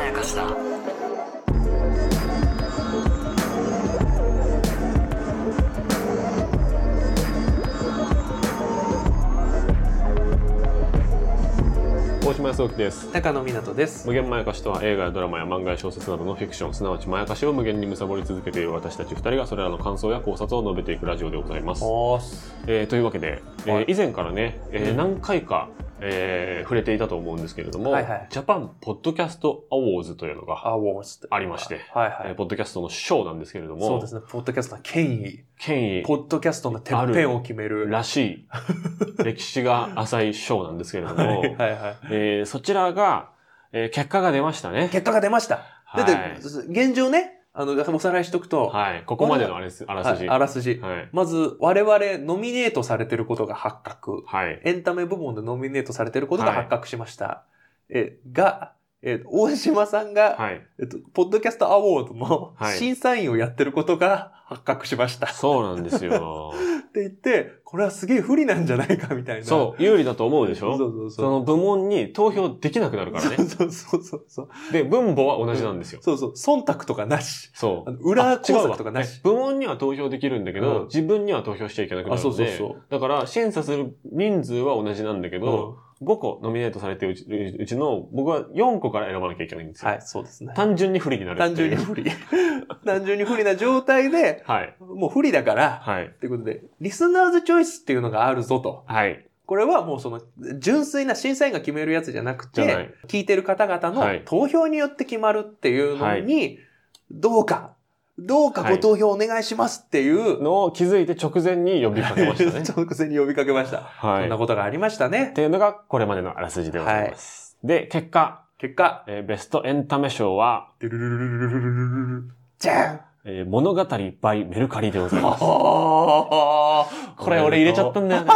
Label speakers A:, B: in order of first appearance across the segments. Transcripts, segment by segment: A: やかしだ
B: 大島康之です
C: 高野湊です
B: 無限まやかしとは映画やドラマや漫画や小説などのフィクションすなわちまやかしを無限に貪り続けている私たち2人がそれらの感想や考察を述べていくラジオでございます、
C: おーす
B: えーというわけで、えー
C: はい
B: 以前からね、えー
C: うん
B: 何回か、えー触れていたと思うんですけれども、
C: はいはい
B: ジャパンポッドキャストアワーズというのが、
C: アワーズ
B: ありまして
C: はい
B: え
C: は
B: ー
C: い
B: ポッドキャストの賞なんですけれども
C: そうですねポッドキャストの権威
B: 権威
C: ポッドキャストのてっぺんを決める
B: らしい歴史が浅い賞なんですけれど
C: はい
B: も、
C: はいはい
B: えーそちらが、えー結果が出ましたね。
C: 結果が出ましただって
B: はい
C: 現状ねあのおさらいしとくと
B: はい。ここまでのあれですあらすじ。
C: はいあらすじ
B: はい。
C: まず我々ノミネートされてることが発覚
B: はい。
C: エンタメ部門でノミネートされてることが発覚しましたえがえ大島さんが
B: はい。
C: えっと、ポッドキャストアワードの
B: はい
C: 審査員をやってることが発覚しました。
B: そうなんです よ。
C: って言って、これはすげえ不利なんじゃないかみたいな。
B: そう、有利だと思うでし
C: そ
B: ょ
C: うそ
B: そ
C: うそう。
B: の部門に投票できなくなるからね。
C: そうそうそうそう。
B: で、分母は同じなんですよ。
C: そうそう。忖度とかなし。
B: そ
C: あの
B: う。
C: 裏工
B: あ違うわ
C: 作とかなし。
B: 部門には投票できるんだけど、
C: うん
B: 自分には投票しちゃいけなくなる
C: あそ
B: の
C: うそう
B: で
C: そう、
B: だから審査する人数は同じなんだけど、
C: は
B: 5個ノミネートされてるうちうちの、僕は4個から選ばなきゃいけないんですよ。
C: い、そうですね。
B: 単純に不利になる
C: 単
B: って
C: 純
B: い
C: に
B: う。
C: 不利。 単純に不利な状態で、
B: はい。
C: もう不利だから、
B: はい。
C: ということで、リスナーズチョイスっていうのがあるぞと。
B: はい。
C: これはもうその、純粋な審査員が決めるやつじゃなく
B: じゃな
C: て、
B: い。
C: 聞いてる方々
B: は
C: の
B: い
C: 投票によって決まるっていう
B: は
C: の
B: い
C: に、どうか、どうか
B: は
C: ご
B: い
C: 投票お願いしますっていう、。
B: のを気づいて直前に呼びかけましたね
C: 直前に呼びかけまし た。
B: は
C: そん
B: い。
C: な
B: っ
C: ことがありましたね。
B: ていうのがこれまでのあらすじでございます。で、結果、
C: 結果、
B: えーベストエンタメ賞は、
C: ドゥルルルルルルルルルルじゃ ん
B: えー物語 by メルカリでござい ます。
C: おー
B: これ俺入れちゃったんだよね。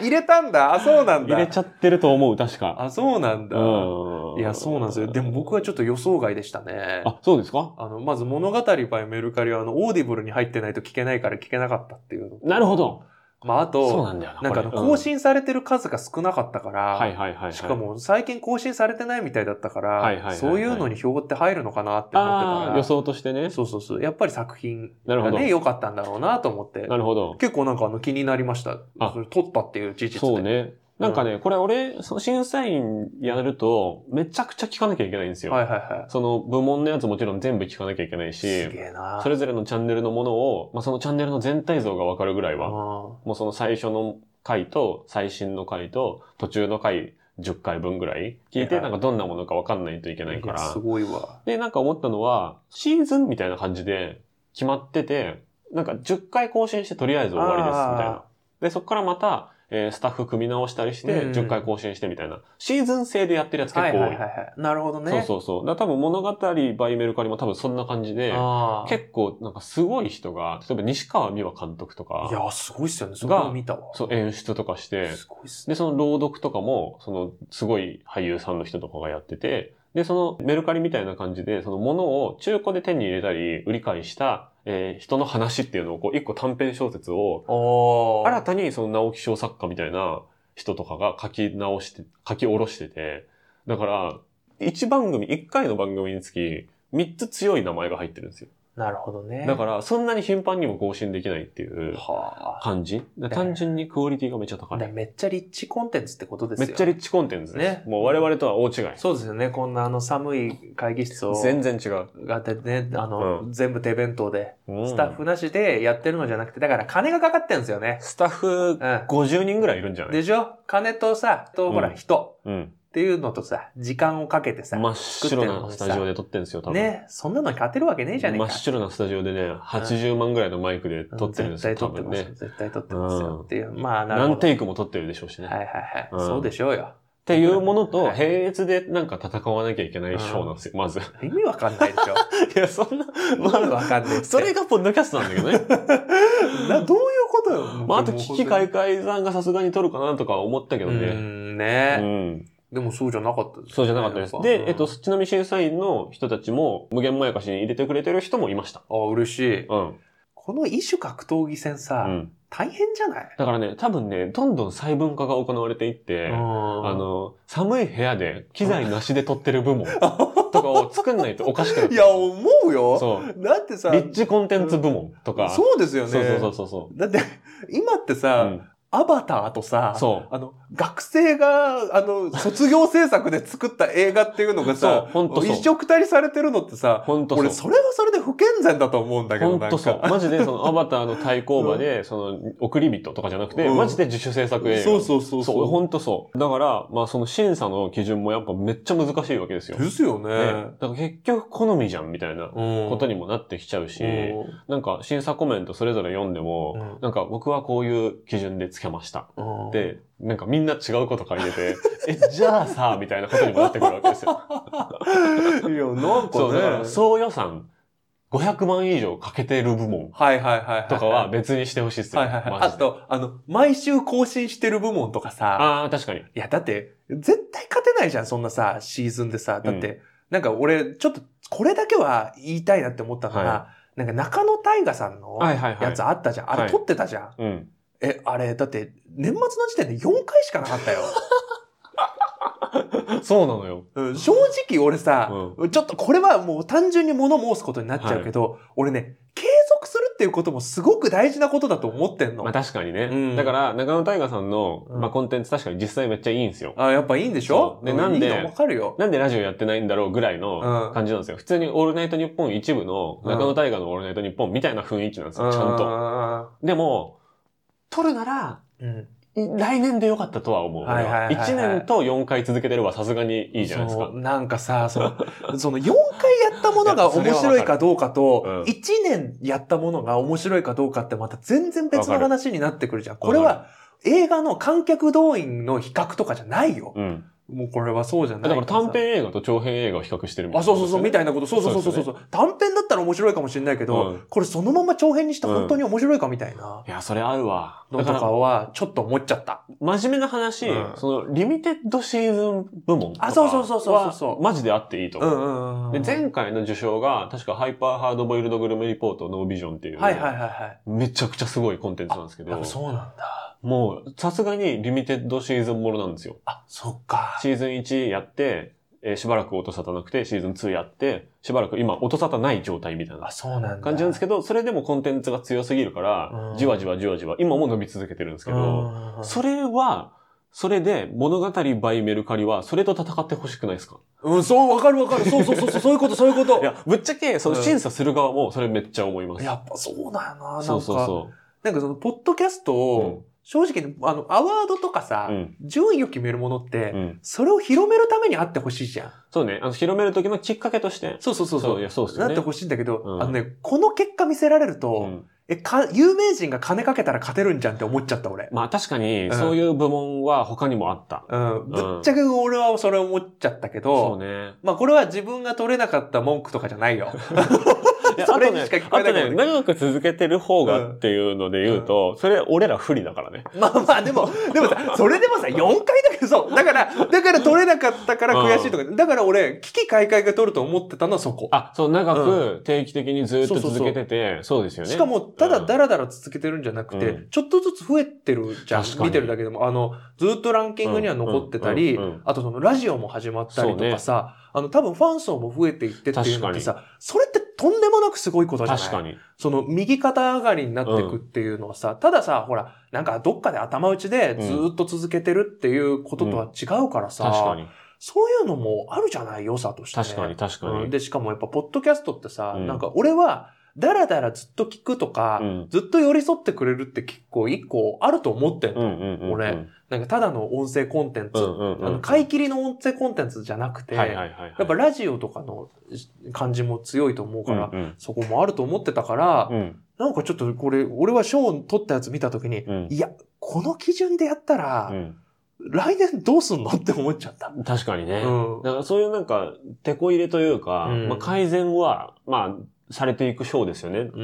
C: 入れたんだあ、そうなん だ。
B: 入れちゃってると思う、確か。
C: あ、そうなんだ。
B: うん。
C: いや、そうなんですよ。でも僕はちょっと予想外でしたね。
B: あ、そうですか
C: あの、まず物語 by メルカリは、あの、オーディブルに入ってないと聞けないから聞けなかったっていうの。
B: なるほど。
C: まあ、あ
B: そう
C: と、
B: なんだよな。
C: なんかあの、
B: これ
C: 更、新されてる数が少なかったか
B: うんはい
C: ら、
B: はいはいはい。
C: しか、も最近更新されてないみたいだったか
B: はいはいはいは
C: ら、
B: い
C: そういうのに票って入るのかなって思ってたか
B: ああ、
C: ら
B: 予、想としてね。
C: そうそうそう。やっぱり作品
B: なるほ
C: が
B: ど。
C: ね、良かったんだろうなと思って。
B: なるほど。
C: 結構なんかあの気になりました。
B: あ
C: それ撮ったっていう事実で。
B: そう。ね。なんかね、これ俺、その審査員やると、めちゃくちゃ聞かなきゃいけないんですよ。
C: はいはいはい。
B: その部門のやつもちろん全部聞かなきゃいけない
C: す
B: し、
C: げえな
B: それぞれのチャンネルのものを、まあ、そのチャンネルの全体像がわかるぐらい
C: あ
B: は、
C: ー
B: もうその最初の回と最新の回と途中の回10回分ぐらい聞い
C: は
B: て、
C: い
B: なんかどんなものかわかんないといけないか
C: いや
B: ら
C: す。ごいわ。
B: で、なんか思ったのは、シーズンみたいな感じで決まってて、なんか10回更新してとりあえず終わりです
C: あー
B: みたいな。で、そこからまた、えースタッフ組み直したりして、
C: うんうん
B: 10回更新してみたいな。シーズン制でやってるやつ結構多。
C: はいいはいはいはい。なるほどね。
B: そうそうそう。だから多分物語バイメルカリも多分そんな感じで、
C: あー
B: 結構なんかすごい人が、例えば西川美和監督と
C: いや
B: か、
C: ー、すごいっすよね。そこも見たわ。
B: そう演出とかして、
C: すごいっすね。
B: で、その朗読とかも、そのすごい俳優さんの人とかがやってて、で、そのメルカリみたいな感じで、その物を中古で手に入れたり、売り買いした、えー人の話っていうのを、こう、一個短編小説を、
C: お
B: 新たにその直木賞作家みたいな人とかが書き直して、書き下ろしてて、だから、一番組、一回の番組につき、三つ強い名前が入ってるんですよ。
C: なるほどね。
B: だから、そんなに頻繁にも更新できないっていう
C: は
B: 感じ。だから単純にクオリティがめっちゃ高
C: あ。
B: い
C: で。めっちゃリッチコンテンツってことです
B: め
C: よ
B: っちゃリッチコンテンツです。
C: ね
B: もう我々とは大違い。
C: そうですよね。こんなあの寒い会議室を。
B: 全然違う。
C: があってね、あの、
B: う
C: 全部手弁当で、
B: うん
C: スタッフなしでやってるのじゃなくて、だから金がかかってんですよね。
B: スタッフ
C: う
B: 50人ぐらいいるんじゃ
C: ん。
B: ない
C: でしょ金とさ、と、ほ
B: うん
C: ら、人
B: うん。
C: っていうのとさ、時間をかけてさ、
B: 真っ白なスタジオで撮ってるんですよ、多分。
C: ね、そんなのに勝てるわけねえじゃねえ
B: 真
C: か。
B: っ白なスタジオでね、80万ぐらいのマイクで撮ってるんですよ、多
C: 絶対撮って
B: 分
C: ますよ
B: ね。。
C: 絶対撮ってます
B: うん
C: よ。っていう、まあ、なるほ
B: 何
C: ど。
B: テイクも撮ってるでしょうしね。
C: はい
B: っ
C: はいはい、
B: うん
C: そうでしょうよ。
B: ていうものと
C: はい
B: 並列でなんか戦わなきゃいけないショーなんですよ、まず。い
C: 意味わか んな いでしょ。
B: や、そんな、
C: 意味わかんないっ て。
B: それがポッドキャストなんだけどね。
C: な、どういうことよ。
B: まあ、あと、危機
C: 換
B: 開会さんがさすがに撮るかなとかは思ったけど
C: う
B: ね。
C: ん
B: う
C: ね、
B: ん。
C: でもそうじゃなかったですね
B: そうじゃなかったです
C: や。ぱ
B: で、
C: うん
B: えっと、ちなみに審査員の人たちも、無限まやかしに入れてくれてる人もいました。
C: あ、嬉しい。
B: うん。
C: ここの異種格闘技戦さ、
B: うん。
C: 大変じゃない
B: だからね、多分ね、どんどん細分化が行われていって、あ
C: あ、
B: の、寒い部屋で機材なしで撮ってる部門とかを作んないとおかしくなって
C: いや、思うよ。
B: そう。
C: だってさ、
B: リッチコンテンツ部門とか。
C: そうですよね。
B: そうそうそうそう。
C: だって、今ってさ、
B: うん
C: アバターとさ、
B: そう。
C: あの、学生が、あの、卒業制作で作った映画っていうのが
B: そう
C: さ、、
B: ほんとそう
C: 一。緒くたりされてるのってさ、
B: ほんと
C: 俺、
B: そう。
C: それはそれで不健全だと思うんだけど、
B: ほん
C: なん
B: と
C: か。
B: そう。マジで、その、アバターの対抗馬で、その、送り人とかじゃなくて、
C: うん
B: マジで自主制作映画。
C: そうそうそう。
B: そう、ほんとそう。だから、まあその審査の基準もやっぱめっちゃ難しいわけですよ。ね
C: ですよね。
B: だから結局好みじゃんみたいな
C: うん
B: ことにもなってきちゃうし、
C: うん
B: なんか審査コメントそれぞれ読んでも、
C: うん
B: なんか僕はこういう基準でつけました。
C: うん
B: で、なんかみんな違うこと書いてて、 え、じゃあさ、みたいなことにもなってくるわけですよ。
C: いや、なん
B: そう、だか
C: からね。
B: 総予算500万以上かけてる部門
C: はいはいはいい。
B: とかは別にしてほしいっすよ。
C: はいはいはい。
B: マ
C: あ
B: ジで。
C: と、あの、毎週更新してる部門とかさ、
B: ああ、確かに。
C: いや、だって、絶対勝てないじゃん、そんなさ、シーズンでさ。だって、なんか俺、ちょっと、これだけは言いたいなって思ったのが
B: は、
C: なんか中野大河さんの
B: はいはいはい
C: やつあったじゃん。あ
B: は
C: れ
B: い
C: 撮ってたじゃん。
B: うん。
C: え、あれ、だって、年末の時点で4回しかなかったよ。
B: そうなのよ。
C: うん正直俺さ、ちょっとこれはもう単純に物申すことになっちゃうけど、俺ね、継続するっていうこともすごく大事なことだと思ってんの。
B: まあ確かにね。
C: うん
B: だから、中野大河さんの、
C: うん
B: まあコンテンツ確かに実際めっちゃいいんですよ。
C: あ、やっぱいいんでし
B: そ
C: ょ
B: うで
C: う
B: なんで
C: いいのわかるよ。
B: なんでラジオやってないんだろうぐらいうの
C: ん。
B: 感じなんですよ。普通にオールナイトニッポン一部の中野大河のオールナイトニッポンみたいな雰囲気なんですよ、ちゃんと。
C: と。
B: でも、撮るなら、
C: うん。
B: い来年でよかったとは思う。
C: はいはいはいはい
B: 1年と4回続けてればさすがにいいじゃないですか
C: そ。うなんかさ、その、その4回 やったものが面白いかどうか
B: いやそれはわ
C: と、
B: かる
C: 1年やったものが面白いかどうかってまた全然別の
B: わかる
C: 話になってくるじゃん。これ
B: わ
C: は映画の観客動員の比較とかじゃないよ。
B: うん。
C: もうこれはそうじゃない
B: だから短編映画と長編映画を比較してるみたい
C: あ、
B: な、
C: そうそうそう、み
B: い
C: たいなこと。そうそうそうそうそう。
B: そ
C: 短編だったら面白いかもしれないけど、
B: うん
C: これそのまま長編にして本当に面白いかみたいな
B: な。いや、それあるわ。
C: の
B: だ
C: と
B: か、
C: からは、ちょっと思っちゃった。
B: 真面目な話、
C: うん
B: その、リミテッドシーズン部門とか
C: あそうそうそうそうそうそう
B: はマジであっていいと
C: う
B: 思う。
C: んうんうん。
B: で、前回の受賞が、確かハイパーハードボイルドグルメリポートノービジョンっていう、
C: はいはいはいはい。
B: めちゃくちゃすごいコンテンツなんですけ
C: やっ
B: ど
C: ぱ、そうなんだ。
B: もう、さすがにリミテッドシーズンものなんですよ。
C: あ、そっか。
B: シーズン1やって、えーしばらく音沙汰なくて、シーズン2やって、しばらく今音沙汰ない状態みたいな
C: あ、そうなんだ。
B: 感じなんです
C: け
B: けど、それでもコンテンツが強すぎるから
C: う、ん
B: じわじわじわじわ、今も伸び続けてるんですけど、それは、それで物語バイメルカリは、それと戦ってほしくないですか
C: うん、そう、わかるわかる。そうそうそう そう、そういうこと、そういうこと。
B: いや、ぶっちゃけ、その
C: うん
B: 審査する側もそれめっちゃ思います。
C: やっぱそうだよな。なんか、
B: そうそうそ
C: なんかその、ポッドキャスト
B: う。
C: を、正直に、あの、アワードとかさ、
B: うん
C: 順位を決めるものって、
B: うん。
C: それを広めるためにあってほしいじゃん。
B: そうね。あの、広める時のきっかけとして。
C: そうそうそうそう
B: い。や、そうですよ
C: なっ
B: ね。
C: てほしいんだけど、
B: うん
C: あのね、この結果見せられると、
B: うん
C: え、か、有名人が金かけたら勝てるんじゃんって思っちゃった俺。
B: まあ確か
C: う
B: に、
C: ん
B: そういう部門は他にもあった。
C: うん。ぶっちゃけ俺はそれ思っちゃったけど、
B: そう ね。
C: まあこれは自分が取れなかった文句とかじゃないよ。
B: いや
C: それにしか聞こえ
B: あと
C: な
B: ね、あと
C: い
B: ね長く続けてる方がっていうので言うと、それ俺ら不利だからね。
C: まあまあでも、でもさ、それでもさ、4回だけど、そう。だから、だから取れなかったから悔しいとか、だから俺、危機開会が取ると思ってたのはそこ。
B: あ、そう、長
C: う
B: く定期的にずっ
C: そう
B: と
C: そうそう
B: 続けてて、そうですよね。
C: しかも、ただ
B: うん
C: ダラダラ続けてるんじゃなくて、
B: う
C: ちょっとずつ増えてるじゃん
B: 確。かに
C: 見てるだけでも、あの、ずっとランキングには残ってたり、
B: うんうんうんうん
C: あとそのラジオも始まったりとかさ、あの、多分ファン層も増えていってっていうのってさ、それってとんでもなくすごいことじゃない
B: 確かに。
C: その右肩上がりになっていくっていうのはさ、たださ、ほら、なんかどっかで頭打ちでずーっと続けてるっていうこととは違うからさ、
B: 確かに。
C: そういうのもあるじゃない良さとして、ね。
B: 確かに、確か
C: う
B: に
C: ん。で、しかもやっぱ、ポッドキャストってさ、
B: うん
C: なんか俺は、だらだらずっと聞くとか、
B: うん。
C: ずっと寄り添ってくれるって結構一個あると思ってんの、
B: うんうんうん。
C: 俺
B: うん
C: なんかただの音声コンテンツ、
B: うんうん。
C: あの買い切りの音声コンテンツじゃなくて、
B: はいはいはいはい。
C: やっぱラジオとかの感じも強いと思うから、
B: うん
C: そこもあると思ってたから
B: う、ん。
C: なんかちょっとこれ、俺は賞を取ったやつ見たときに、
B: うん
C: いや、この基準でやったら
B: う、ん。
C: 来年どうすんのって思っちゃった。
B: うん確かにね。
C: うん。
B: だからそういうなんか、手こ入れというか、
C: うん
B: まあ、改善は、まあ、されていく賞ですよね。
C: う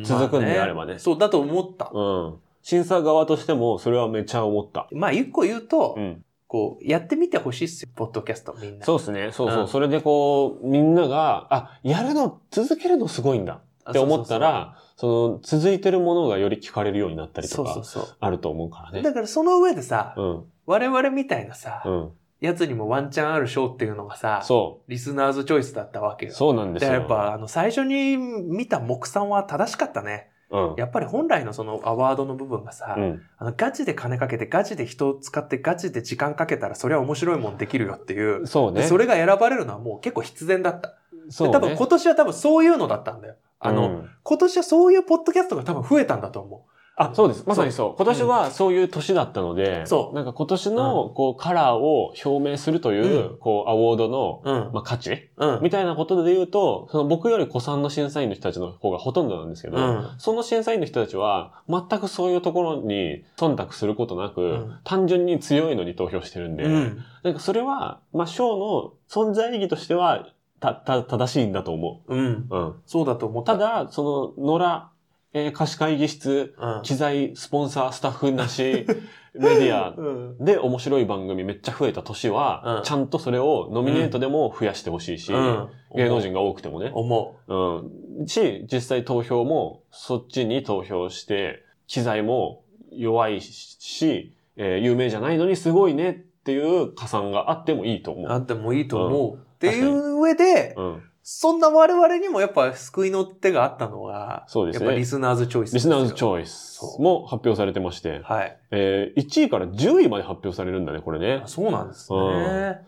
C: ん
B: 続くんであればね
C: そうだと思った。
B: うん。審査側としても、それはめちゃ思った。
C: まあ、一個言うと、
B: うん。
C: こう、やってみてほしいっすよ、ポッドキャストみんな。
B: そうですね。そうそう。
C: うん
B: それでこう、みんなが、あ、やるの、続けるのすごいんだ
C: あ
B: って思った、ら、そその続いてるものがより聞かれるようになったりと
C: そうそう
B: か
C: そ
B: あると思うから
C: う。
B: ね。
C: だからその上でさ、
B: うん。
C: 我々みたいなさ、
B: うん。
C: やつにもワンチャンある賞っていうのがさ、
B: そ
C: リスナーズチョイスだったわけ
B: う。
C: よ。
B: そうなんで
C: だ
B: す
C: か
B: よ。
C: らやっ、ぱ、あの、最初に見た木さんは正しかったね。
B: うん。
C: やっぱり本来のそのアワードの部分がさ、
B: うん。
C: あの、ガチで金かけて、ガチで人を使って、ガチで時間かけたら、それは面白いもんできるよっていう。
B: そう
C: で
B: ね。
C: それが選ばれるのはもう結構必然だった。
B: そう
C: で
B: ね、
C: 多分今年は多分そういうのだったんだよ。あの、
B: うん
C: 今年はそういうポッドキャストが多分増えたんだと思
B: あ、そうです。まさにそう。今年はそういう年だったので、
C: そう
B: なんか今年の、こう、カラーを表明するという、こう、アワードの、
C: う。うん。
B: まあ、価値
C: うん。
B: みたいなことで言うと、その僕より子さんの審査員の人たちの方がほとんどなんですけど、
C: うん
B: その審査員の人たちは、全くそういうところに忖度することなく、
C: うん
B: 単純に強いのに投票してるんで、
C: うん。
B: なんかそれは、まあ、ショーの存在意義としては、た、た、正しいんだと思
C: うん。
B: う。うん。
C: そうだと思った。
B: た、だ、その、野良、えー貸し会議室、
C: うん。
B: 機材、スポンサー、スタッフな し、メディア
C: うん。
B: で面白い番組めっちゃ増えた年は、
C: うん
B: ちゃんとそれをノミネートでも増やしてほしいし、
C: うん
B: 芸能人が多くてもね。
C: 思
B: うん。し、実際投票もそっちに投票して、機材も弱いし、えー有名じゃないのにすごいねっていう加算があってもいいと思
C: う。あ
B: う。
C: ってもいいと思う。って
B: 確か
C: い
B: に
C: う上で、
B: うん。
C: そんな我々にもやっぱ救いの手があったのが、
B: そうで
C: や
B: す
C: っぱ
B: ね。
C: リ
B: リ
C: スナーズチョイス。
B: スナーズチ
C: イ
B: ョイスも発表されてまして、
C: はい。
B: えー1位から10位まで発表されるんだね、これね
C: あ。そうなんです
B: うん
C: ね。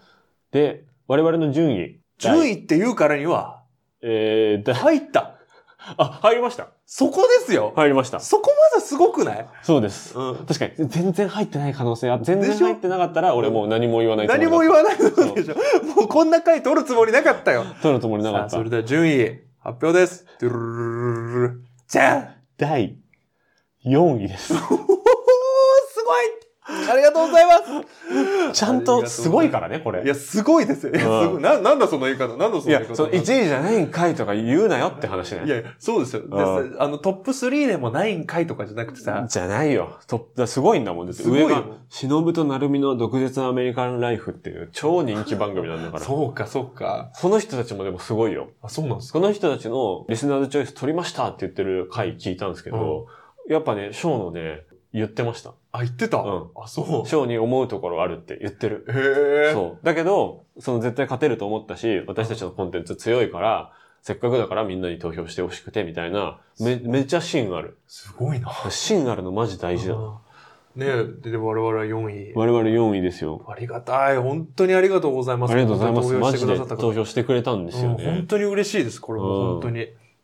B: で、我々の順位。
C: 順
B: 位
C: 位って言うからには、
B: えー、だ
C: 入った。
B: あ、入りました。
C: そこですよ。
B: 入りました。
C: そこまずすごくない
B: そうです。
C: うん。
B: 確かに、全然入ってない可能性あ全然
C: でしょ
B: 入ってなかったら、俺もう何も言わないつもり
C: 何
B: だ
C: も言わない
B: そ
C: の
B: う
C: でしょ。もうこんな回取るつもりなかったよ。
B: 取るつもりな
C: さ
B: か
C: あ、
B: っ
C: それ
B: た。
C: では順位発表です。ドゥルルルルルじゃん
B: 第4位です。
C: おーすごいありがとうございます
B: ちゃんと、すごいからね、こ
C: い
B: れ。
C: や、すごいですよ。いや、す
B: うん
C: ごい。な、なんだその言い方。なんだそ
B: い
C: の言
B: や
C: い方。、
B: その1位じゃないんかいとか言うなよって話
C: い
B: ね。
C: やいや、そうですよ。で
B: う
C: あの、トップ3でもないんかいとかじゃなくてさ、
B: じゃないよ。トップだすごいんだもん。だって
C: すごい
B: 上
C: よ
B: が、忍と成美の毒舌アメリカンライフっていう超人気番組なんだから。
C: そうか、そうか。
B: この人たちもでもすごいよ。
C: あ、そうなんですか
B: この人たちのリスナーズチョイス取りましたって言ってる回聞いたんですけど、やっぱね、ショーのね、言ってました。
C: あ、言ってた、
B: うん
C: あ、そう。
B: ショーに思うところあるって言ってる。
C: へえ。
B: そう。だけど、その絶対勝てると思ったし、私たちのコンテンツ強いから、せっかくだからみんなに投票してほしくてみたいな、め、めちゃ芯ある。
C: すごいな。
B: 芯あるのマジ大事だ。
C: うんねえ、で、で我々は4位。
B: 我々4位ですよ。
C: ありがたい。本当にありがとうございます。
B: ありがとうございます。
C: 投票
B: マ
C: して
B: ジ
C: くだ
B: で
C: さった方
B: 投票してくれたんですよ
C: うん本
B: ね。
C: 当に嬉しいです、これ
B: うん
C: も。本当に。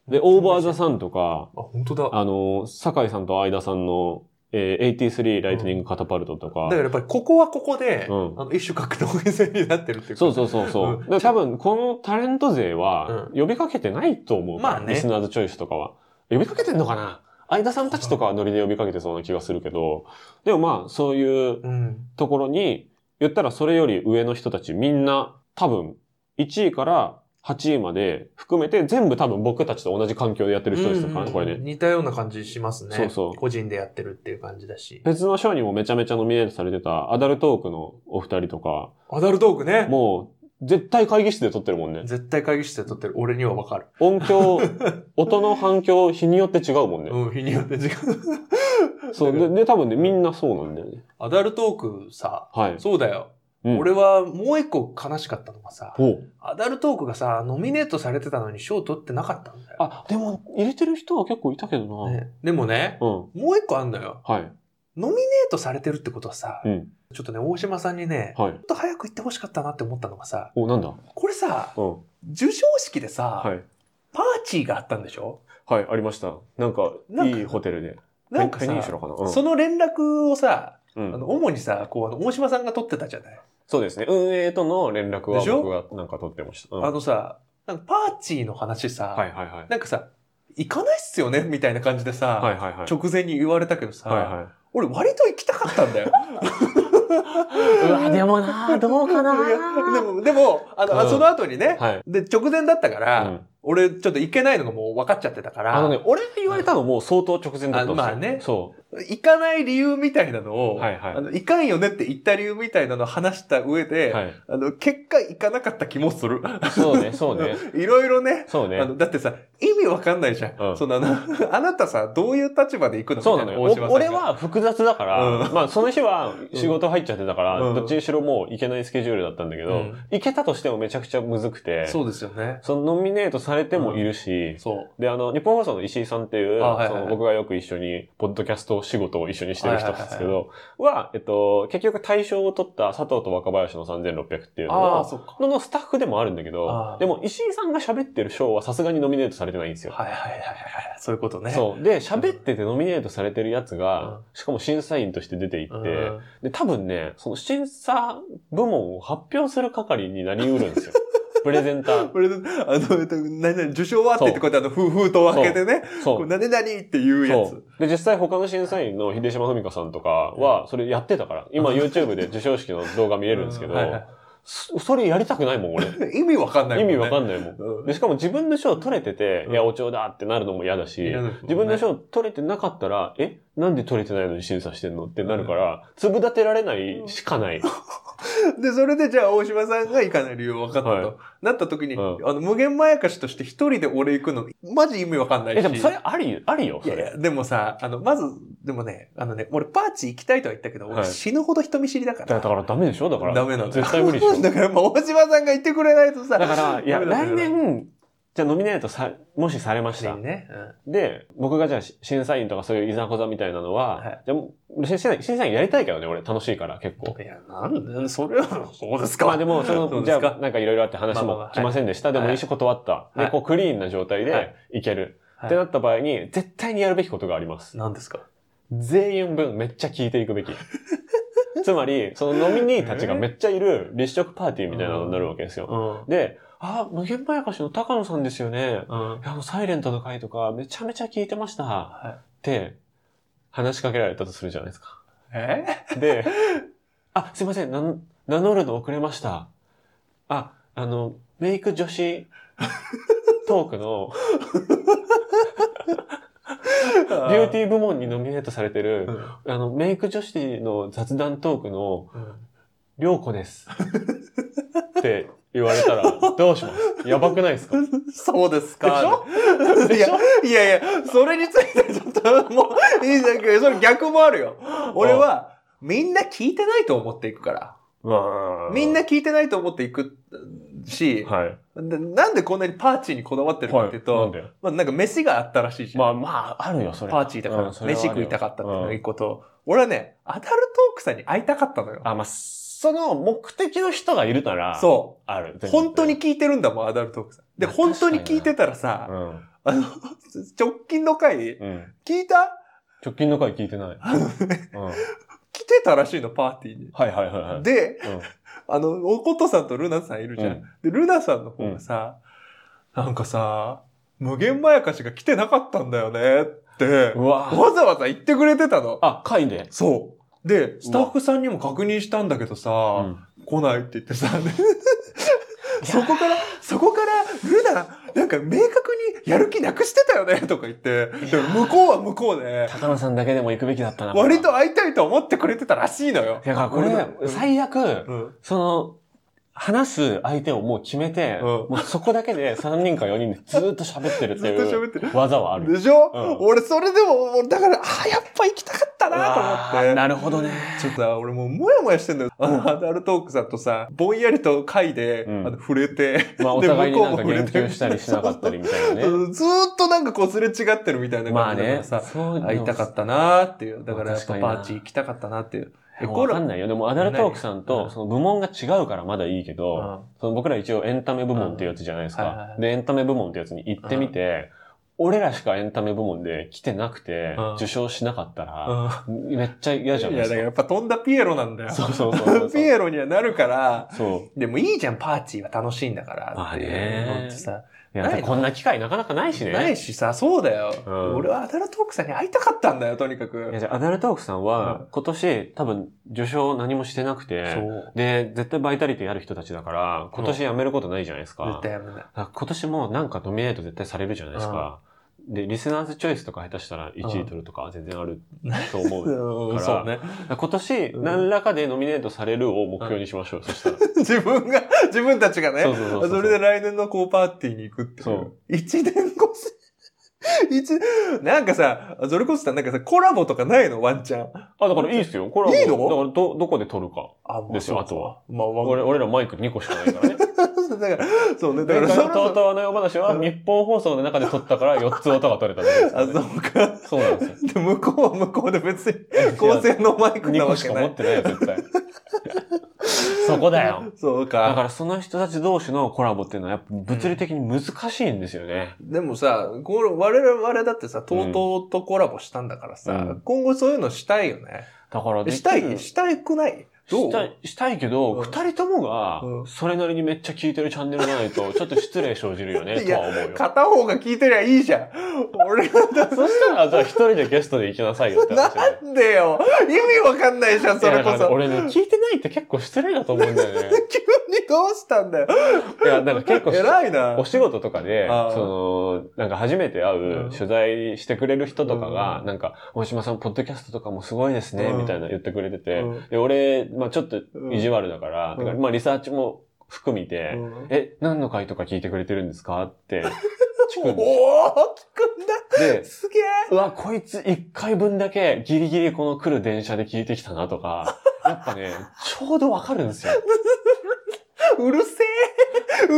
B: で、オーバーザさんとか、
C: あ、本当だ。
B: あの、酒井さんと相田さんの、えー、83ライトニングカタパルトとか、
C: だからやっぱりここはここで、
B: うん
C: あの一種格闘技戦になってるっていうか
B: そうそうそうそう。
C: うん
B: だから多分、このタレント勢は、呼びかけてないと思うから。
C: まあね
B: リスナーズチョイスとかは。呼びかけてんのかな相田さんたちとかはノリで呼びかけてそうな気がするけど、でもまあ、そういう
C: うん。
B: ところに、言ったらそれより上の人たちみんな、多分、1位から8位まで含めて、全部多分僕たちと同じ環境でやってる人ですからね、これね。
C: 似たような感じしますね。
B: そうそう
C: 個人でやってるっていう感じだし。
B: 別の賞にもめちゃめちゃノミネートされてた、アダルトークのお二人とか、
C: アダルトークね。
B: もう、絶対会議室で撮ってるもんね。
C: 絶対会議室で撮ってる。俺にはわかる。
B: 音響、音の反響、日によって違うもんね。
C: うん、日によって違う。
B: そう。で、で、多分ね、みんなそうなんだよね。
C: アダルトークさ、
B: はい。
C: そうだよ。
B: うん、
C: 俺はもう一個悲しかったのがさ、
B: おう
C: アダルトークがさ、ノミネートされてたのに賞取ってなかったんだよ。
B: あ、でも、入れてる人は結構いたけどな。
C: ねでもね、
B: うん。
C: もう一個あんのよ。
B: はい。
C: ノミネートされてるってことはさ、
B: うん。
C: ちょっとね、大島さんにね、ちょ
B: はい。
C: っと早く言ってほしかったなって思ったのがさ、
B: お、なんだ
C: これさ、
B: うん。
C: 授賞式でさ、
B: はい。
C: パーチーがあったんでしょ
B: はい、ありました。なんか、
C: なんか
B: いいホテルで。
C: なんか
B: ペ
C: さ
B: ニペニンシュラかな。うん、
C: その連絡をさ、
B: う
C: あ
B: ん
C: の主にさ、こうあの大島さんが取ってたじゃない、
B: そうですね。運営との連絡は
C: でしょ
B: 僕がなんか取ってました。うん
C: あのさ、なんかパーチーの話さ、
B: はいはいはい。
C: なんかさ、行かないっすよねみたいな感じでさ、
B: はいはいはい。
C: 直前に言われたけどさ、
B: はいはい。
C: 俺割と行きたかったんだよ。
B: うわ、でもな、どうかな。
C: いやでも、でも、あの、あ
B: うん
C: その後にね、
B: はい。
C: で、直前だったから、
B: うん
C: 俺、ちょっと行けないのがもう分かっちゃってたから。
B: あのね、俺が言われたのも相当直前だったんですよ。
C: あまあね
B: そ
C: 行かない理由みたいなのを、
B: う。はいはい
C: あ。の、行かんよねって言った理由みたいなのを話した上で、
B: はい。
C: あの、結果行かなかった気もする。
B: そうね、そうね。
C: いろいろね。
B: そうね
C: あ。の、だってさ、意味わかんないじゃん。
B: うん
C: そのあの、 あなたさ、どういう立場で行くの
B: そうなのよ。
C: みたい
B: お俺
C: 大島さんが
B: は複雑だから、
C: う
B: まあその日は仕事入っちゃってたから、
C: うん
B: どっちにしろもう行けないスケジュールだったんだけど、
C: うん
B: 行けたとしてもめちゃくちゃむずくて、
C: そうですよね。
B: そのノミネートされてもいるし、
C: そう。
B: で、あの、日本放送の石井さんっていう、
C: あはい
B: そ
C: はいはい
B: の僕がよく一緒に、ポッドキャスト仕事を一緒にしてる人なんですけど、はえっと、結局大賞を取った佐藤と若林の3600っていうの
C: ああ、
B: を
C: そっか。
B: ののスタッフでもあるんだけ
C: あ
B: ど
C: ー、
B: でも石井さんが喋ってる賞はさすがにノミネートされてないんですよ。
C: はいはいはいはいはい。そういうことね。
B: そう。で、喋っててノミネートされてるやつ
C: う
B: が
C: ん、
B: しかも審査員として出ていって、
C: うん。
B: で、多分ね、その審査部門を発表する係になりうるんです よ。プレゼンター。
C: これ、あの、えっと何々、受賞はって言って、こうやってあの、ふ封筒を開けてね、
B: そ
C: こ
B: う
C: う、。何々っていうや
B: そ
C: つ。
B: う。で、実際他の審査員の秀島文香さんとかは、それやってたから、 今 YouTube で授賞式の動画見れるんですけど
C: うは、いは
B: そそれやりたくないもん、俺。
C: い意味わかん ない
B: 意味わか
C: ん
B: んないもん。
C: うん
B: で、しかも自分の賞取れてて、
C: うん
B: いや、お蝶だってなるのも嫌だし、
C: 嫌ですもんね
B: 自分の賞取れてなかったら、えなんで取れてないのに審査してんのってなるから、粒立てられないしかない。
C: で、それでじゃあ大島さんが行かない理由分かったと。
B: はい
C: なった時に、
B: う
C: あの、無限まやかしとして一人で俺行くの、マジ意味わかんないし。
B: え、でもそれあり、ありよ、
C: い
B: そ
C: やい
B: れ。
C: や、でもさ、あの、まず、でもね、あのね、俺パーチ行きたいとは言ったけど、
B: は
C: 俺
B: い
C: 死ぬほど人見知りだから。
B: だからダメでしょだから。
C: ダメなんだよ
B: 絶対無理でしょ。
C: だから、まあ、大島さんが行ってくれないとさ。
B: だから、いや、
C: ダメなん
B: 来
C: だよ
B: 年、じゃあノミネートさ、もしされました。
C: ね。
B: で、僕がじゃあし審査員とかそういういざこざみたいなのは、
C: はい
B: じゃあもう審査員、審査員やりたいけどね、俺楽しいから結構
C: う。ん。いや、なんで、それは、そうですか。
B: まあでも、そ
C: そう
B: の、じ
C: で
B: ゃ
C: すか
B: あ、なんかいろいろあって話
C: まあまあ
B: も
C: はい
B: 来ませんでした。でも、
C: は
B: い
C: い
B: いし断った。
C: は
B: で、
C: い
B: こう、クリーンな状態
C: はい
B: でいける。っ
C: はい
B: てなった場合に、絶対にやるべきことがあります。
C: なんですか。
B: 全員分めっちゃ聞いていく べき。つまり、そのノミニーたちがめっちゃいる立食パーティーみたいなのになるわけですよ。
C: ん。
B: で、あ、無限まやかしの高野さんですよね。
C: うん。
B: いや、もうサイレントの回とかめちゃめちゃ聞いてました。
C: は
B: って話しかけられたとするじゃないですか。
C: い。え
B: で、あ、すいません、なん名乗るの遅れました。あ、あの、メイク女子トーク のビュ
C: ビ
B: ー
C: ィ
B: ティー部門にノミネートされて
C: ー
B: る、あの、メイク女子の雑談トークの
C: うん。
B: りょうこ です。って言われたら、どうしますやばく ないですか
C: そうですか。
B: でしょ
C: いや、いやいや、それについてちょっと、もう、いいじゃんけど、それ逆もあるよ。俺は、みんな聞いてないと思っていくから。みんな、聞いてないと思っていくし、
B: はい。
C: でなんでこんなにパーチーにこだわってるかっていうと、
B: なんで
C: まあ、なんか飯があったらしいじゃん。
B: まあまあ、あるよ、それ。
C: パーチーだから、
B: うんそれはある
C: 飯
B: よ
C: 食いたかったっていうのが一個と、俺はね、アダルトークさんに会いたかったのよ。
B: あ、まあ、その目的の人がいるなら、
C: そ
B: ある
C: う。。本当に、聞いてるんだもん、アダルトークさん。で、
B: まあ
C: 本当に聞いてたら
B: う
C: さ、
B: ん。
C: あの、直近の回、
B: うん。
C: 聞いた
B: 直近の回聞いてない。うん。はい
C: 来てたらしいの、パーティーに。
B: はいはいはい。
C: で、
B: うん
C: あの、おことさんとルナさんいるじゃ
B: う
C: ん。
B: ん
C: で、ルナさんの方がさ、なんかさ、無限まやかしが来てなかったんだよねって、
B: うわ
C: わざわざ言ってくれてたの。
B: あ、回で。
C: そう。で、スタッフさんにも確認したんだけどさ、
B: うん
C: 来ないって言ってさ、で そこから、そこから、ルナ、なんか明確にやる気なくしてたよねとか言って、でも向こうは向こうで、
B: 高野さんだけでも行くべきだったな。
C: 割と
B: い
C: 会いたいと思ってくれてたらしいのよ。
B: や、だからこ
C: 俺のう
B: れ、
C: ん
B: 最悪、
C: うん
B: その、話す相手をもう決めて、
C: うん
B: もうそこだけで3人か4人でずーっと喋ってるってい
C: ずっと喋って
B: う技はある。
C: でしょ、
B: うん
C: 俺それでも、もうだから、あやっぱ行きたかったなと思っ
B: うわー
C: て。
B: なるほどね。
C: ちょっとさ俺もうモヤモヤしてんのよ。あの、アダルトークさんとさ、ぼんやりと会で、
B: うん
C: あの触れて、
B: まあ、お
C: で
B: 互いになん
C: 向
B: か
C: こうも
B: 言及したりしなかったりみたい なね。
C: うんずーっとなんかこうすれ違ってるみたいな
B: まあ
C: 感じだか
B: ね
C: ら、さ、
B: そういうの
C: 会いたかったなーっていう。だからやっ
B: ま
C: ぱ
B: あ確
C: パ
B: かにな
C: ーチ行きたかったなっていう。
B: いやもう
C: こ
B: わ
C: れ
B: かんないよ。でも、アダルトークさん
C: うん
B: と、その部門が違うからまだいいけど、
C: うん
B: その僕ら一応エンタメ部門っていうやつじゃないです
C: うんはいはい
B: か
C: は。い
B: で、エンタメ部門ってやつに行ってみて、俺らしかエンタメ部門で来てなくて
C: うん、
B: 受賞しなかったら、
C: う
B: めっちゃ嫌じゃ
C: ん。い
B: ない
C: や、
B: で
C: だから
B: す
C: やっぱ飛んだピエロなんだよ
B: か。。そうそうそうそう
C: ピエロにはなるから、
B: そう。
C: でもいいじゃん、パーティーは楽しいんだから。っていう
B: まあね
C: のってさ
B: いや、だってこんな機会なかなかないしね。
C: ないしさ、そうだよ。
B: うん
C: 俺はアダルトークさんに会いたかったんだよ、とにか
B: いや、
C: く。
B: じゃあアダルトークさん
C: う
B: は
C: ん、
B: 今年多分受賞何もしてなく
C: そ
B: て、
C: う。
B: で、絶対バイタリティある人たちだから、今年辞めることないじゃないですか。
C: 絶対やめない。
B: だから今年もなんかノミネート絶対されるじゃないですか。で、リスナーズチョイスとか下手したら1位取るとか全然あると思う。だか
C: う
B: ら
C: んそうね。
B: ら今年
C: うん
B: 何らかでノミネートされるを目標にしましょう。そ したら。
C: 自分が、自分たちがね。
B: そうそうそうそう
C: それで来年のこうパーティーに行くっていう。
B: そう
C: 一年越し。 一、なんかさ、それこそさ、なんかさ、コラボとかないのワンチャン。
B: あ、だからいいですよ。これはもう
C: いいの
B: だからど、どこで取るか。
C: あ、も
B: ですよ
C: そう
B: あとは。
C: まあ、わ
B: 俺俺らマイク2個しかないからね。
C: だから、そうね、だ
B: だ
C: か
B: からら、
C: そ
B: と
C: ろ
B: う
C: そ
B: とう
C: ろ、
B: の話は
C: うん
B: 日本放送の中で撮ったから4つ音が取れただけです
C: あ、
B: よね、
C: そうか。
B: そうなんですよ。
C: で向こうは向こうで別に、高性能マイクな
B: 2個
C: わ
B: し
C: け
B: か
C: な
B: 持っ
C: い。
B: てないよ、絶 対。そこだよ。
C: そう
B: だ
C: か。
B: からその人たち同士のコラボっていうのはやっぱ物理的に難しいんですよね。
C: でもさ、これ我々我々だってさ、とうとうとコラボしたんだからさ、
B: うん
C: 今後そういうのしたいよね。
B: だから
C: え
B: でき
C: した
B: る
C: いしたくないど
B: し
C: う
B: たい、したいけど、
C: うん
B: 二人とも
C: うん
B: が、それなりにめっちゃ聞いてるチャンネルじゃないと、ちょっと失礼生じるよね、
C: い
B: と
C: や
B: は思うよ。
C: 片方が聞いてりゃいいじゃん。俺が だ
B: そしたら、じゃあ一人でゲストで行きなさいよって話だよ。
C: なんでよ。意味わかんないじゃん、そ
B: いや
C: れ
B: だか
C: こ
B: らね
C: そ。
B: 俺ね、聞いてないって結構失礼だと思うんだよ ね。
C: 急にどうしたんだよ。
B: いや、なんか結構、
C: 偉いな
B: お。仕事とかで、
C: あー
B: その、なんか初めて会
C: うん
B: う、取材してくれる人とか
C: う
B: が
C: ん、
B: なんか、大島さん、ポッドキャストとかもすごいですね、
C: うん
B: みたいな言ってくれてて
C: うん、
B: で、俺、まあちょっと意地悪だから、
C: うん
B: だからまあリサーチも含みて、
C: うん
B: え、何の回とか聞いてくれてるんですか って聞
C: お
B: く
C: ー、聞
B: んで
C: くんだ。
B: す。で、
C: すげえ。
B: うわ、こいつ一回分だけギリギリこの来る電車で聞いてきたなとか、やっぱ ね、ちょうどわかるんですよ。
C: うるせえ。う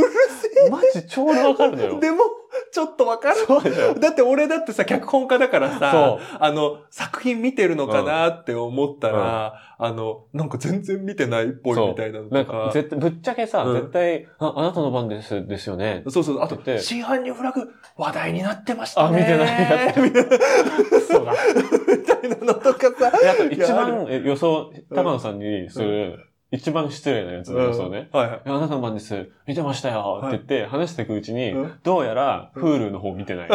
C: る
B: マジちょうどわかるの
C: せえ。
B: よ。
C: でも、ちょっとわかる。
B: そうでしょ
C: だって俺だってさ、脚本家だからさ
B: そ、
C: あの、作品見てるのかなって思ったら、あの、なんか全然見てないっぽいみたいなの
B: なん
C: と
B: か
C: か、。
B: 絶対、ぶっちゃけさ、
C: うん
B: 絶対、あ、あなたの番です、ですよね。
C: そうそう、あと
B: だっ、て
C: 真犯人フラグ話題になってましたね。
B: あ見てないやつ
C: みたいな
B: そうだ。
C: みたいなのとかさ。
B: あと一
C: いや
B: 番え予想、高野さんにする、一番失礼なやつの予想ね。。
C: はいはい。
B: いやあなたの番です、見てましたよって言って、話していくうちに
C: うん、
B: どうやら、
C: う
B: Hulu
C: ん
B: の方見て ない。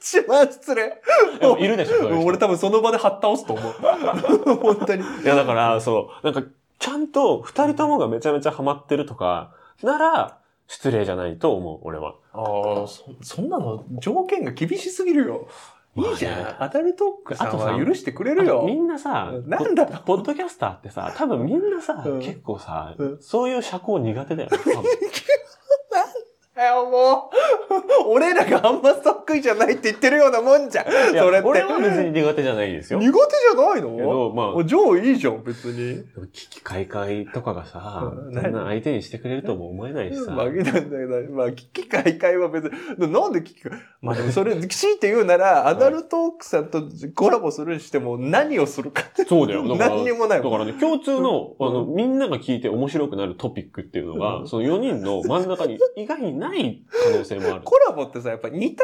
C: 一番失礼。
B: でもいるでしょ、そういう人
C: 俺多分その場で張っ倒すと思う。 本当に。
B: いや、だから、そう、なんか、ちゃんと二人ともがめちゃめちゃハマってるとか、なら、失礼じゃないと思う、俺は。
C: ああ、そ、そんなの条件が厳しすぎるよ。いいじゃん。
B: まあね
C: アダルトックさん
B: あと
C: は
B: さ
C: 許してくれ
B: あ
C: る
B: と
C: よ
B: み。んなさ、
C: なんだよ。
B: ポッドキャスターってさ、多分みんなさ、
C: うん
B: 結構さ、
C: うん
B: そういう社交苦手だよ ね。多分
C: えもう、 俺らがあんまそっくりじゃないって言ってるようなもんじゃん。
B: いや
C: それって。
B: 俺は別に苦手じゃないです
C: 苦
B: よ。
C: 手じ
B: け
C: ゃないの
B: ど、まあ、
C: お上位いいじゃん、別に。
B: でも危機開会とかがさ、
C: う
B: そ
C: ん
B: んな相手にしてくれるとも思えないしさ。
C: まあ、なんだけど、まあ、危機開会は別に、なんで危機開まあでもそれ、強いて言うなら、アダルトークさんとコラボするにしても何をするか。
B: そうだよ。だから
C: 何にもない
B: だ
C: も
B: か
C: ん。
B: らね、共通の、
C: うん
B: あの、みんなが聞いて面白くなるトピックっていうの
C: う
B: が、
C: ん
B: その4人の真ん中に意外にない可能性もある。
C: コラボってさ、やっぱ似た、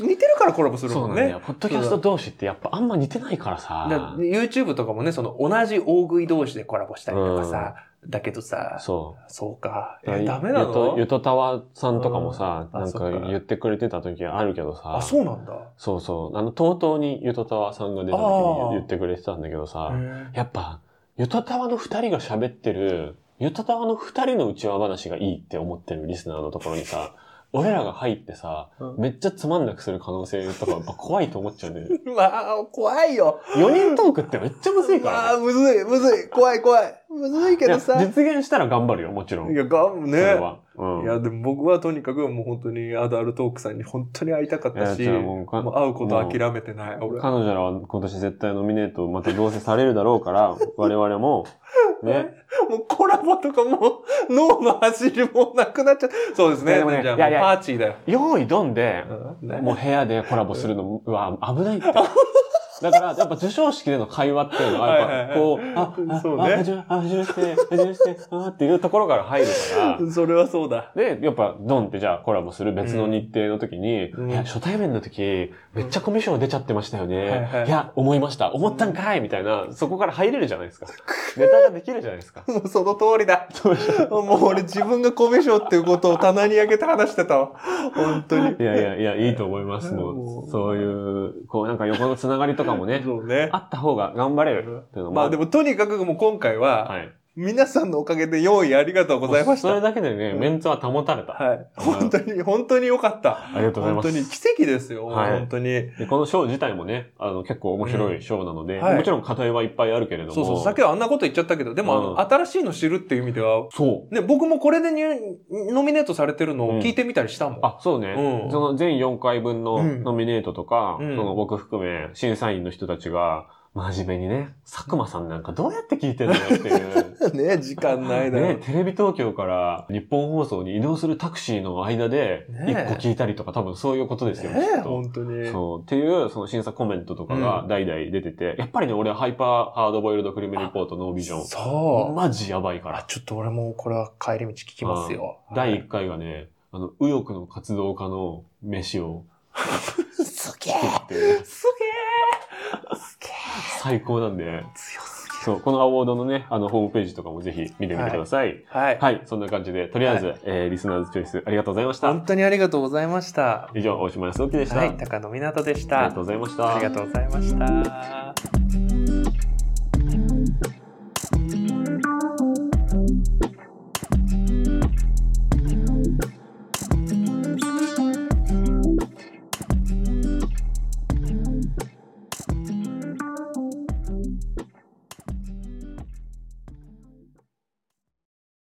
C: 似てるからコラボする
B: そう
C: も
B: なんんだ
C: ね
B: よ。。ポッドキャスト同士ってやっぱあんま似てないから
C: だ
B: さ。
C: YouTube とかもね、その同じ大食い同士でコラボしたりとかさ、だけどさ、
B: そう。
C: そうか。
B: だから
C: えダメな
B: ゆと
C: の
B: ゆとたわさんとかもさ、
C: うんあ
B: なん
C: そ
B: か
C: っか
B: 言ってくれてた時あるけどさ。
C: あ、そうなんだ。
B: そうそう。あの、とうとうにゆとたわさんが出た時
C: あー
B: に言ってくれてたんだけどさ、
C: うん
B: やっぱ、ゆとたわの二人が喋ってる、ゆとたわの二人の内輪話がいいって思ってるリスナーのところに さ、俺らが入ってさ
C: うん、
B: めっちゃつまんなくする可能性とかやっぱ怖いと思っちゃうね。
C: まあ、怖いよ。
B: 4人トークってめっちゃむずいから
C: あ、
B: ね。
C: むずい、むずい。怖い、怖い。むずいけ
B: いや
C: どさ。い
B: 実現したら頑張るよ、もちろん。
C: や、がん
B: そ
C: ね
B: れ。は。うん
C: いや、でも僕はとにかくもう本当にアダルトークさんに本当に会いたかっ
B: いや
C: たし、
B: じゃあもうか
C: もう会うこと諦めてない、俺。
B: 彼女らは今年絶対ノミネートまたどうせされるだろう から、我々も、ね。
C: もうコラボとかもう脳の走りもなくなっちゃう。そうです
B: いや
C: ね。
B: でもね
C: じゃあ
B: いやいや
C: もうパーチーだよ。
B: 用意どんで、
C: うんね
B: もう部屋でコラボするの、うわ、危ないって。だから、やっぱ授賞式での会話っていうのは、やっぱ、こう、あ、あ、
C: そうね
B: あ、はじめ、あ、はじめまして、はじめまして、あーっていうところから入るから、
C: それはそうだ。
B: で、やっぱ、ドンってじゃあコラボする別の日程の時に、
C: うん
B: いや、初対面の時、めっちゃコミュ障出ちゃってましたよ
C: はい
B: ね。
C: はい
B: いや、思いました。思ったんかいみたいな、そこから入れるじゃないですか。ネタができるじゃないですか。
C: もうその通りだ。
B: そうでしょ
C: もう俺自分がコミュ障っていうことを棚に上げて話してたわ。本当に。
B: いやいやいや、いいと思います。も
C: も
B: う、
C: う
B: そういう、こうなんか横のつながりとかもね、
C: そうね
B: あ。った方が頑張れるっていうのも。
C: まあでもとにかくもう今回は、
B: はい。
C: 皆さんのおかげで用意ありがとうございまし
B: それ
C: た。
B: だけでね、
C: うん
B: メンツは保たれた。
C: はい。本当に、本当に良かった。
B: ありがとうござい
C: 本
B: ま
C: 当
B: す。
C: に奇跡ですよ、
B: はい
C: 本当に。
B: でこの賞自体もね、あの、結構面白い賞なので、
C: うんはい
B: もちろん課題はいっぱいあるけれども。
C: そうそう、さっきはあんなこと言っちゃったけど、でも、
B: うん
C: あの、新しいの知るっていう意味では、
B: そう。
C: ね、僕もこれで入ノミネートされてるのを聞いてみたりしたもん。
B: あ、そうね。
C: うん
B: その全4回分の
C: うん
B: ノミネートとか、
C: うん
B: その僕含め審査員の人たちが、真面目にね、佐久間さんなんかどうやって聞いてんのよっていう。
C: ね、時間 ないだろ。
B: ね、テレビ東京から日本放送に移動するタクシーの間で
C: ねえ
B: 一個聞いたりとか、多分そういうことですよ
C: ね
B: きっと
C: 本当に。
B: そうっていうその審査コメントとかが代々出てて、やっぱりね俺はハイパーハードボイルドクリームリポートノービジョン
C: そう。
B: マジやばいから
C: あ、ちょっと俺もこれは帰り道聞きますよ。
B: 第1回がねあの右翼の活動家の飯を
C: はいすげえ
B: 作って
C: すげえすげえ
B: 最高なんで
C: 強す
B: そうこのアワードのねあのホームページとかもぜひ見てみてください
C: ぎる。はい。
B: はい、そんな感じでとりあえず、
C: は
B: えーリスナーズチョイスありがとうございました
C: 本当にありがとうございました。
B: 以上大島康之でした、
C: はい、高野湊斗でし
B: あ
C: た。
B: りがとうございました。
C: ありがとうございました。